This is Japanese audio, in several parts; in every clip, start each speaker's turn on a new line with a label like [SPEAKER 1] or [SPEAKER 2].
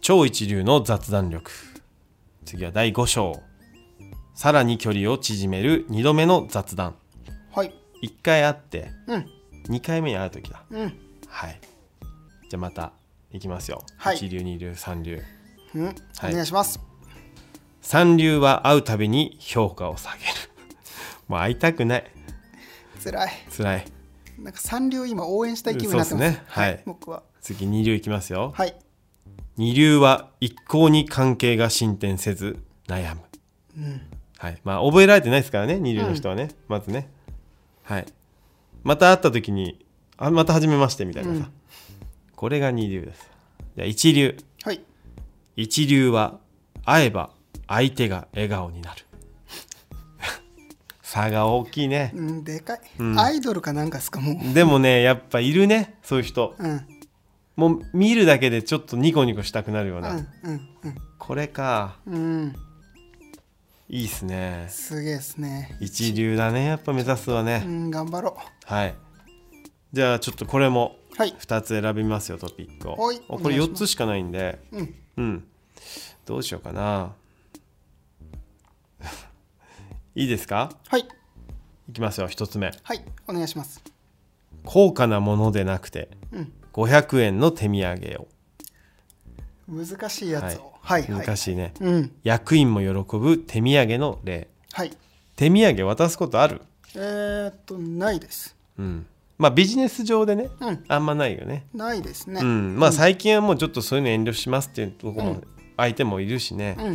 [SPEAKER 1] 超一流の雑談力次は第5章さらに距離を縮める2度目の雑談
[SPEAKER 2] はい
[SPEAKER 1] 1回会って
[SPEAKER 2] うん
[SPEAKER 1] 2回目に会う時だ
[SPEAKER 2] うん
[SPEAKER 1] はいじゃあまたいきますよ、
[SPEAKER 2] はい
[SPEAKER 1] 一流二流三流
[SPEAKER 2] うん、
[SPEAKER 1] はい
[SPEAKER 2] お願いします
[SPEAKER 1] 三流は会うたびに評価を下げる もう会いたくない
[SPEAKER 2] 辛い
[SPEAKER 1] 辛い
[SPEAKER 2] なんか三流今応援したい気分になって
[SPEAKER 1] そ
[SPEAKER 2] ます
[SPEAKER 1] うですねはい
[SPEAKER 2] 僕は
[SPEAKER 1] 次二流いきますよ、
[SPEAKER 2] はい
[SPEAKER 1] 二流は一向に関係が進展せず悩む、はいまあ覚えられてないですからね二流の人はね、まずねはいまた会った時にあまた初めましてみたいなさ、これが二流ですじゃあ一流
[SPEAKER 2] はい
[SPEAKER 1] 一流は会えば相手が笑顔になる 差が大きいね
[SPEAKER 2] うんでかい、アイドルかなんかっすかもう
[SPEAKER 1] でもねやっぱいるねそういう人
[SPEAKER 2] うんうん
[SPEAKER 1] もう見るだけでちょっとニコニコしたくなるような、
[SPEAKER 2] うん
[SPEAKER 1] これか
[SPEAKER 2] うんうん
[SPEAKER 1] いいっすね
[SPEAKER 2] すげえっすね
[SPEAKER 1] 一流だねやっぱ目指すはね、
[SPEAKER 2] うん頑張ろ
[SPEAKER 1] はいじゃあちょっとこれも
[SPEAKER 2] うはい
[SPEAKER 1] 2つ選びますよトピックを
[SPEAKER 2] はい
[SPEAKER 1] お
[SPEAKER 2] お
[SPEAKER 1] これ
[SPEAKER 2] 願いします
[SPEAKER 1] 4つしかないんで
[SPEAKER 2] うん
[SPEAKER 1] うんどうしようかな いいですか
[SPEAKER 2] はい
[SPEAKER 1] いきますよ1つ目
[SPEAKER 2] はいお願いします
[SPEAKER 1] 高価なものでなくて
[SPEAKER 2] うん
[SPEAKER 1] 500円の手土産を
[SPEAKER 2] 難しいやつをはいはい、
[SPEAKER 1] 難しいね、
[SPEAKER 2] うん
[SPEAKER 1] 役員も喜ぶ手土産の例
[SPEAKER 2] はい
[SPEAKER 1] 手土産渡すことある
[SPEAKER 2] えー、っとないです
[SPEAKER 1] うんまあビジネス上でね、
[SPEAKER 2] うん
[SPEAKER 1] あんまないよね
[SPEAKER 2] ないですね
[SPEAKER 1] うん、まあ最近はもうちょっとそういうの遠慮しますっていうとこも相手もいるしね、
[SPEAKER 2] うんうん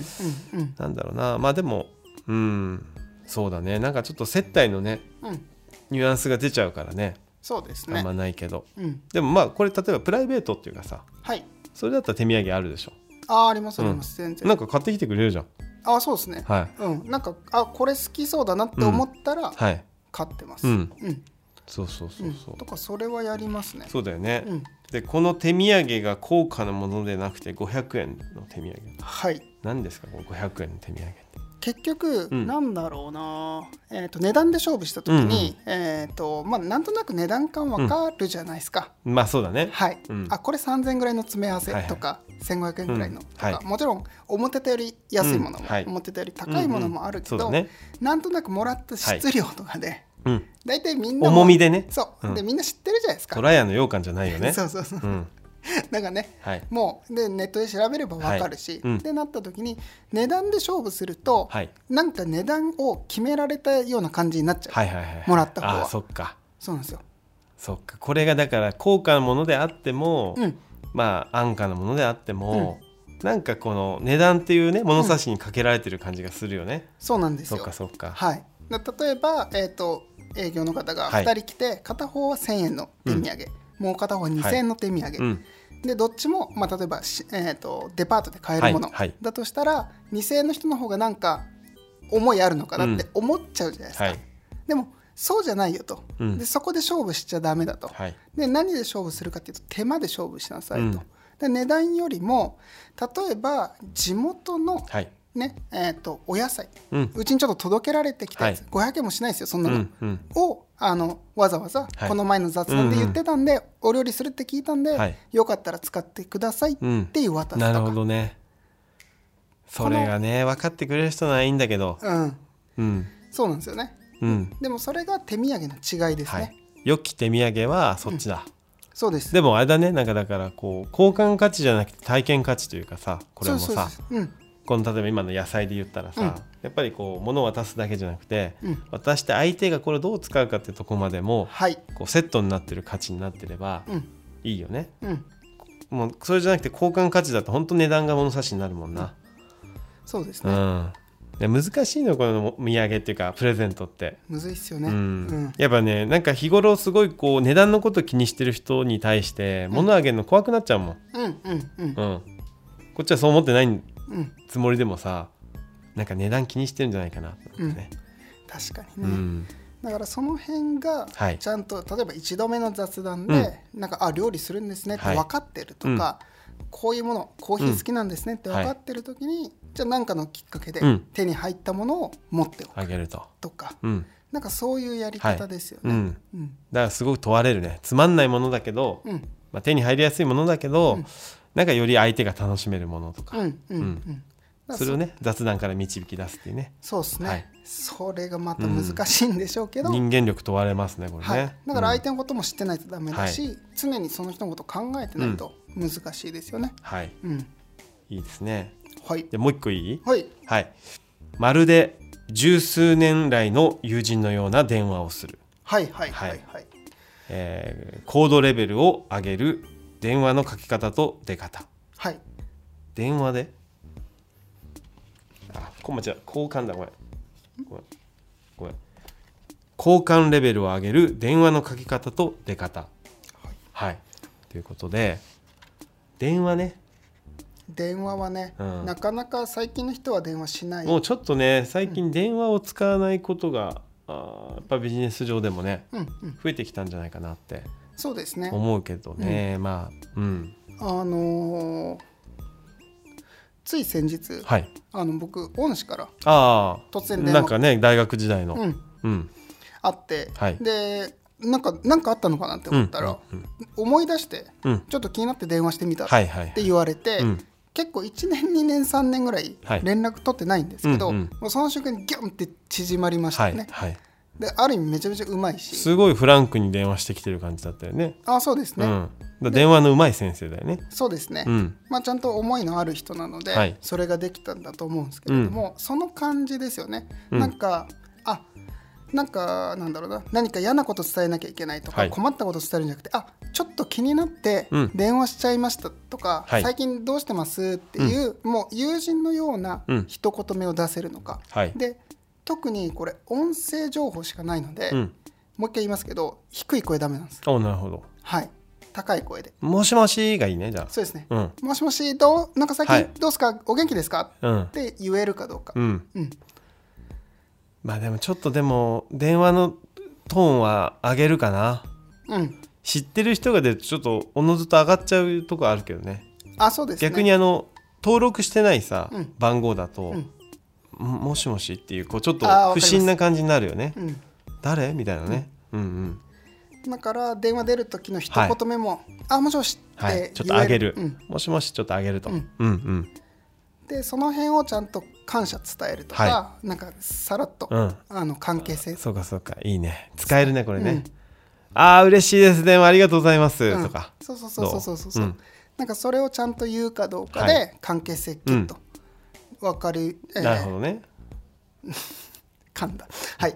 [SPEAKER 2] うん
[SPEAKER 1] なんだろうなまあでもうんそうだねなんかちょっと接待のね
[SPEAKER 2] うん
[SPEAKER 1] ニュアンスが出ちゃうからね
[SPEAKER 2] そうです
[SPEAKER 1] あ
[SPEAKER 2] ね
[SPEAKER 1] んまないけど、
[SPEAKER 2] うん
[SPEAKER 1] でもまあこれ例えばプライベートっていうかさ
[SPEAKER 2] はい
[SPEAKER 1] それだったら手土産あるでしょ
[SPEAKER 2] あーありますあります、全
[SPEAKER 1] な
[SPEAKER 2] 然
[SPEAKER 1] んか買ってきてくれるじゃん
[SPEAKER 2] あーそうですね
[SPEAKER 1] はい
[SPEAKER 2] うんなんかあこれ好きそうだなって思ったら
[SPEAKER 1] はい
[SPEAKER 2] 買ってます
[SPEAKER 1] う
[SPEAKER 2] うん
[SPEAKER 1] ん
[SPEAKER 2] うん
[SPEAKER 1] そうそうそうそう、
[SPEAKER 2] とかそれはやりますね
[SPEAKER 1] そうだよね、
[SPEAKER 2] うん
[SPEAKER 1] でこの手土産が高価なものでなくて500円の手土産
[SPEAKER 2] はい
[SPEAKER 1] 何ですかこの500円の手土産って
[SPEAKER 2] 結局、
[SPEAKER 1] うん
[SPEAKER 2] なんだろうな、えー、と値段で勝負した時に、えーとまあ、なんとなく値段感わかるじゃないですか、
[SPEAKER 1] まあそうだね
[SPEAKER 2] はい、
[SPEAKER 1] うん
[SPEAKER 2] あこれ3000円ぐらいの詰め合わせ
[SPEAKER 1] はいはい
[SPEAKER 2] とか、1500円ぐらいのとか、
[SPEAKER 1] うんはい
[SPEAKER 2] もちろん表手より安いものも、
[SPEAKER 1] うんはい
[SPEAKER 2] 表手より高いものもあるけど、
[SPEAKER 1] うんうんそうだね
[SPEAKER 2] なんとなくもらった質量とかで、
[SPEAKER 1] うん
[SPEAKER 2] 大体みんなも
[SPEAKER 1] 重みでね
[SPEAKER 2] そう、
[SPEAKER 1] うん
[SPEAKER 2] でみんな知ってるじゃないですか
[SPEAKER 1] トライアンの羊羹じゃないよね
[SPEAKER 2] そうそうそう、
[SPEAKER 1] うん
[SPEAKER 2] なんかね
[SPEAKER 1] はい
[SPEAKER 2] もうでネットで調べればわかるし、
[SPEAKER 1] はいうん
[SPEAKER 2] でなった時に値段で勝負すると、
[SPEAKER 1] はい
[SPEAKER 2] なんか値段を決められたような感じになっちゃう、
[SPEAKER 1] はいはいはい
[SPEAKER 2] もらった方は
[SPEAKER 1] あそっか
[SPEAKER 2] そうなんですよ
[SPEAKER 1] そっかこれがだから高価なものであっても、
[SPEAKER 2] うん
[SPEAKER 1] まあ安価なものであっても、なんかこの値段っていうね物差しにかけられてる感じがするよね、
[SPEAKER 2] そうなんです
[SPEAKER 1] そ
[SPEAKER 2] よ
[SPEAKER 1] っかそっか
[SPEAKER 2] はい、で例えば、えー、と営業の方が
[SPEAKER 1] はい
[SPEAKER 2] 2人来て、片方は1000円の手土産、もう片方は2000円の手土産、
[SPEAKER 1] うん
[SPEAKER 2] でどっちも、まあ、例えばし、えー、とデパートで買えるもの、
[SPEAKER 1] はいはい
[SPEAKER 2] だとしたら2000円の人の方がなんか思いあるのかなって思っちゃうじゃないですか、
[SPEAKER 1] はい
[SPEAKER 2] でもそうじゃないよと、
[SPEAKER 1] うん
[SPEAKER 2] でそこで勝負しちゃダメだと、
[SPEAKER 1] はい
[SPEAKER 2] で何で勝負するかっていうと手間で勝負しなさいと、
[SPEAKER 1] うん
[SPEAKER 2] で値段よりも例えば地元の
[SPEAKER 1] はい
[SPEAKER 2] ねえー、とお野菜、
[SPEAKER 1] う
[SPEAKER 2] うんちにちょっと届けられてきたやつ、
[SPEAKER 1] は
[SPEAKER 2] 500円もしないですよそん
[SPEAKER 1] う
[SPEAKER 2] なの、
[SPEAKER 1] んうん
[SPEAKER 2] をあのわざわざ
[SPEAKER 1] はい
[SPEAKER 2] この前の雑談で言ってたんで、お料理するって聞いたんで、
[SPEAKER 1] はい
[SPEAKER 2] よかったら使ってくださいって
[SPEAKER 1] うん
[SPEAKER 2] いう渡すと
[SPEAKER 1] な
[SPEAKER 2] か、
[SPEAKER 1] るほどねそれがね分かってくれる人ならいいんだけど
[SPEAKER 2] うん、
[SPEAKER 1] うん
[SPEAKER 2] そうなんですよね
[SPEAKER 1] うん
[SPEAKER 2] でもそれが手土産の違いです
[SPEAKER 1] は
[SPEAKER 2] ね、
[SPEAKER 1] い良き手土産はそっちだ、
[SPEAKER 2] そうです
[SPEAKER 1] でもあれだねなんかだからこう交換価値じゃなくて体験価値というかさこれもさ
[SPEAKER 2] そうそうそううん
[SPEAKER 1] この例えば今の野菜で言ったらさ、
[SPEAKER 2] うん
[SPEAKER 1] やっぱりこう物を渡すだけじゃなくて、
[SPEAKER 2] うん
[SPEAKER 1] 渡して相手がこれをどう使うかってとこまでも
[SPEAKER 2] はい
[SPEAKER 1] こうセットになってる価値になってれば
[SPEAKER 2] うん
[SPEAKER 1] いいよね、
[SPEAKER 2] うん
[SPEAKER 1] もうそれじゃなくて交換価値だと本当値段が物差しになるもんな、
[SPEAKER 2] そうです
[SPEAKER 1] う
[SPEAKER 2] ね、
[SPEAKER 1] んで難しいのこの土産っていうかプレゼントって、
[SPEAKER 2] むずいっすよね
[SPEAKER 1] う
[SPEAKER 2] うん
[SPEAKER 1] ん、やっぱねなんか日頃すごいこう値段のこと気にしてる人に対して物あげるの怖くなっちゃうもん、
[SPEAKER 2] うんうんうん
[SPEAKER 1] うん、こっちはそう思ってない
[SPEAKER 2] うん
[SPEAKER 1] つもりでもさなんか値段気にしてるんじゃないかなと思ってね、
[SPEAKER 2] 確か
[SPEAKER 1] う
[SPEAKER 2] にね、
[SPEAKER 1] ん
[SPEAKER 2] だからその辺が
[SPEAKER 1] はい
[SPEAKER 2] ちゃんと、例えば1度目の雑談で、なんかあ料理するんですねって
[SPEAKER 1] はい
[SPEAKER 2] 分かってるとか、こういうものコーヒー好きなんですねって
[SPEAKER 1] うん
[SPEAKER 2] 分かってる時に、じゃあ何かのきっかけで
[SPEAKER 1] うん
[SPEAKER 2] 手に入ったものを持っておく
[SPEAKER 1] あげると、
[SPEAKER 2] とか、
[SPEAKER 1] うん
[SPEAKER 2] なんかそういうやり方ですよ
[SPEAKER 1] う
[SPEAKER 2] ね。
[SPEAKER 1] ん、だ
[SPEAKER 2] うん
[SPEAKER 1] からすごく問われるねつまんないものだけど、
[SPEAKER 2] うん
[SPEAKER 1] まあ、手に入りやすいものだけど、なんかより相手が楽しめるものとか、
[SPEAKER 2] うんうんうんだから
[SPEAKER 1] それをね雑談から導き出すっていうね
[SPEAKER 2] そうですね、
[SPEAKER 1] はい
[SPEAKER 2] それがまた難しいんでしょうけど、
[SPEAKER 1] 人間力問われますねこれね、
[SPEAKER 2] はい、だから
[SPEAKER 1] うん
[SPEAKER 2] 相手のことも知ってないとダメだし、常にその人のことを考えてないと難しいですよね。
[SPEAKER 1] はい
[SPEAKER 2] うん、
[SPEAKER 1] いいですね
[SPEAKER 2] はい、
[SPEAKER 1] でもう一個いい
[SPEAKER 2] はい、
[SPEAKER 1] はいまるで十数年来の友人のような電話をする、
[SPEAKER 2] はい、はい、はい、はい、
[SPEAKER 1] えー高度レベルを上げる電話のかけ方と出方
[SPEAKER 2] はい、
[SPEAKER 1] 電話であこまちゃ交換だごめんごめんごめん交換レベルを上げる電話のかけ方と出方はいということで電話ね
[SPEAKER 2] 電話はね、
[SPEAKER 1] うん
[SPEAKER 2] なかなか最近の人は電話しない。
[SPEAKER 1] もうちょっとね最近電話を使わないことが、あーやっぱビジネス上でもね
[SPEAKER 2] うん、うん、
[SPEAKER 1] 増えてきたんじゃないかなって
[SPEAKER 2] そうですね。
[SPEAKER 1] 思うけどね、まあうん
[SPEAKER 2] あのーつい先日、
[SPEAKER 1] はい
[SPEAKER 2] あの僕恩師から
[SPEAKER 1] ああ
[SPEAKER 2] 突然電話
[SPEAKER 1] なんかね大学時代の
[SPEAKER 2] うん
[SPEAKER 1] うん
[SPEAKER 2] あって、
[SPEAKER 1] はい
[SPEAKER 2] でなんかなんかあったのかなって
[SPEAKER 1] うん
[SPEAKER 2] 思ったら、
[SPEAKER 1] うん
[SPEAKER 2] 思い出して
[SPEAKER 1] うん
[SPEAKER 2] ちょっと気になって電話してみたっ
[SPEAKER 1] はいはいはい
[SPEAKER 2] て言われて、
[SPEAKER 1] うん
[SPEAKER 2] 結構1年2年3年ぐらい
[SPEAKER 1] はい
[SPEAKER 2] 連絡取ってないんですけど、
[SPEAKER 1] うんうん
[SPEAKER 2] もうその瞬間にギュンって縮まりまし
[SPEAKER 1] は
[SPEAKER 2] た
[SPEAKER 1] い、
[SPEAKER 2] ね、
[SPEAKER 1] はい
[SPEAKER 2] である意味めちゃめちゃうまいし
[SPEAKER 1] すごいフランクに電話してきてる感じだったよね。
[SPEAKER 2] あそうです
[SPEAKER 1] う
[SPEAKER 2] ね、
[SPEAKER 1] ん、だ電話のうまい先生だよね。
[SPEAKER 2] そうですね、
[SPEAKER 1] うん、
[SPEAKER 2] まあ、ちゃんと思いのある人なので、
[SPEAKER 1] はい
[SPEAKER 2] それができたんだと思うんですけれども、その感じですよね、
[SPEAKER 1] うん
[SPEAKER 2] なんかあなんかなんだろうな何か嫌なこと伝えなきゃいけないとか、
[SPEAKER 1] はい
[SPEAKER 2] 困ったこと伝えるんじゃなくてあちょっと気になって
[SPEAKER 1] うん
[SPEAKER 2] 電話しちゃいましたとか、
[SPEAKER 1] はい
[SPEAKER 2] 最近どうしてますっていう、もう友人のような
[SPEAKER 1] うん
[SPEAKER 2] 一言目を出せるのか、
[SPEAKER 1] はい。
[SPEAKER 2] で特にこれ音声情報しかないので、
[SPEAKER 1] うん、
[SPEAKER 2] もう一回言いますけど低い声ダメなんです
[SPEAKER 1] おなるほど。
[SPEAKER 2] はい高い声で
[SPEAKER 1] もしもしがいいねじゃ
[SPEAKER 2] そうですね
[SPEAKER 1] あ。うん
[SPEAKER 2] もしもし、どう、なんか最
[SPEAKER 1] はい
[SPEAKER 2] 近どうですか、お元気ですか
[SPEAKER 1] うん
[SPEAKER 2] って言えるかどうか。
[SPEAKER 1] うん。
[SPEAKER 2] うん、
[SPEAKER 1] まあでもちょっとでも電話のトーンは上げるかな。
[SPEAKER 2] うん、
[SPEAKER 1] 知ってる人が出るとちょっとおのずと上がっちゃうとこあるけどね。
[SPEAKER 2] あ、そうです、ね。
[SPEAKER 1] 逆に、あの登録してないさ、
[SPEAKER 2] うん
[SPEAKER 1] 番号だと、
[SPEAKER 2] うん
[SPEAKER 1] んもしもしっていうこうちょっと
[SPEAKER 2] あーわかり
[SPEAKER 1] 不
[SPEAKER 2] ます
[SPEAKER 1] 審な感じになるよね。
[SPEAKER 2] うん、
[SPEAKER 1] 誰みたいなね。うんうん。
[SPEAKER 2] だから、電話出る時の一言目も、あ、もしもしって言
[SPEAKER 1] は
[SPEAKER 2] え
[SPEAKER 1] い、
[SPEAKER 2] る、
[SPEAKER 1] ちょっと上げる、
[SPEAKER 2] うん、
[SPEAKER 1] もしもしちょっと上げると、う
[SPEAKER 2] うんん、
[SPEAKER 1] うんうん
[SPEAKER 2] で、その辺をちゃんと感謝伝えるとか、
[SPEAKER 1] は
[SPEAKER 2] なんかさらっと、
[SPEAKER 1] うん
[SPEAKER 2] あの関係性。
[SPEAKER 1] そうかそうかいいね使えるねこれね、
[SPEAKER 2] うん
[SPEAKER 1] ああ嬉しいです電話ありがとうございます、
[SPEAKER 2] うん
[SPEAKER 1] とか
[SPEAKER 2] そうそうそうそうそうそう、
[SPEAKER 1] どううん
[SPEAKER 2] なんかそれをちゃんと言うかどうか
[SPEAKER 1] は
[SPEAKER 2] で、関係性きっと。わかる、えー
[SPEAKER 1] なるほどね
[SPEAKER 2] 噛んだ。はい。っ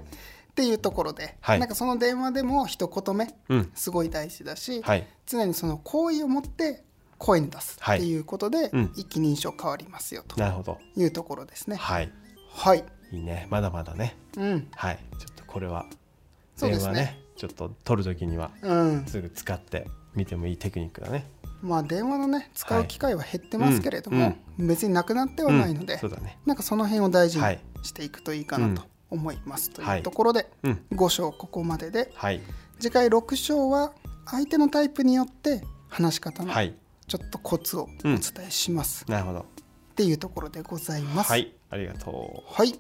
[SPEAKER 2] ていうところで、
[SPEAKER 1] はい
[SPEAKER 2] なんかその電話でも一言目、
[SPEAKER 1] うん
[SPEAKER 2] すごい大事だし、
[SPEAKER 1] はい
[SPEAKER 2] 常にその好意を持って声に出す
[SPEAKER 1] はい
[SPEAKER 2] っていうことで、
[SPEAKER 1] うん
[SPEAKER 2] 一人称変わりますよと
[SPEAKER 1] なるほど
[SPEAKER 2] いうところですね。
[SPEAKER 1] はい
[SPEAKER 2] はい。
[SPEAKER 1] いいねまだまだね
[SPEAKER 2] うん。
[SPEAKER 1] はいちょっとこれは
[SPEAKER 2] そう
[SPEAKER 1] 電
[SPEAKER 2] です
[SPEAKER 1] 話ね
[SPEAKER 2] ね
[SPEAKER 1] ちょっと取る時には
[SPEAKER 2] うん、
[SPEAKER 1] すぐ使って見てもいいテクニックだね
[SPEAKER 2] まあ電話のね使う機会は減ってますけれども、
[SPEAKER 1] はい
[SPEAKER 2] 別になくなってはないので、
[SPEAKER 1] うんそうだね
[SPEAKER 2] なんかその辺を大事に
[SPEAKER 1] はい
[SPEAKER 2] していくといいかなと思います、と
[SPEAKER 1] はい
[SPEAKER 2] いうところで、
[SPEAKER 1] うん
[SPEAKER 2] 5章ここまでで
[SPEAKER 1] はい
[SPEAKER 2] 次回6章は相手のタイプによって話し方の
[SPEAKER 1] はい
[SPEAKER 2] ちょっとコツをお伝えします、
[SPEAKER 1] なるほど
[SPEAKER 2] っていうところでございます。
[SPEAKER 1] はいありがとう
[SPEAKER 2] はい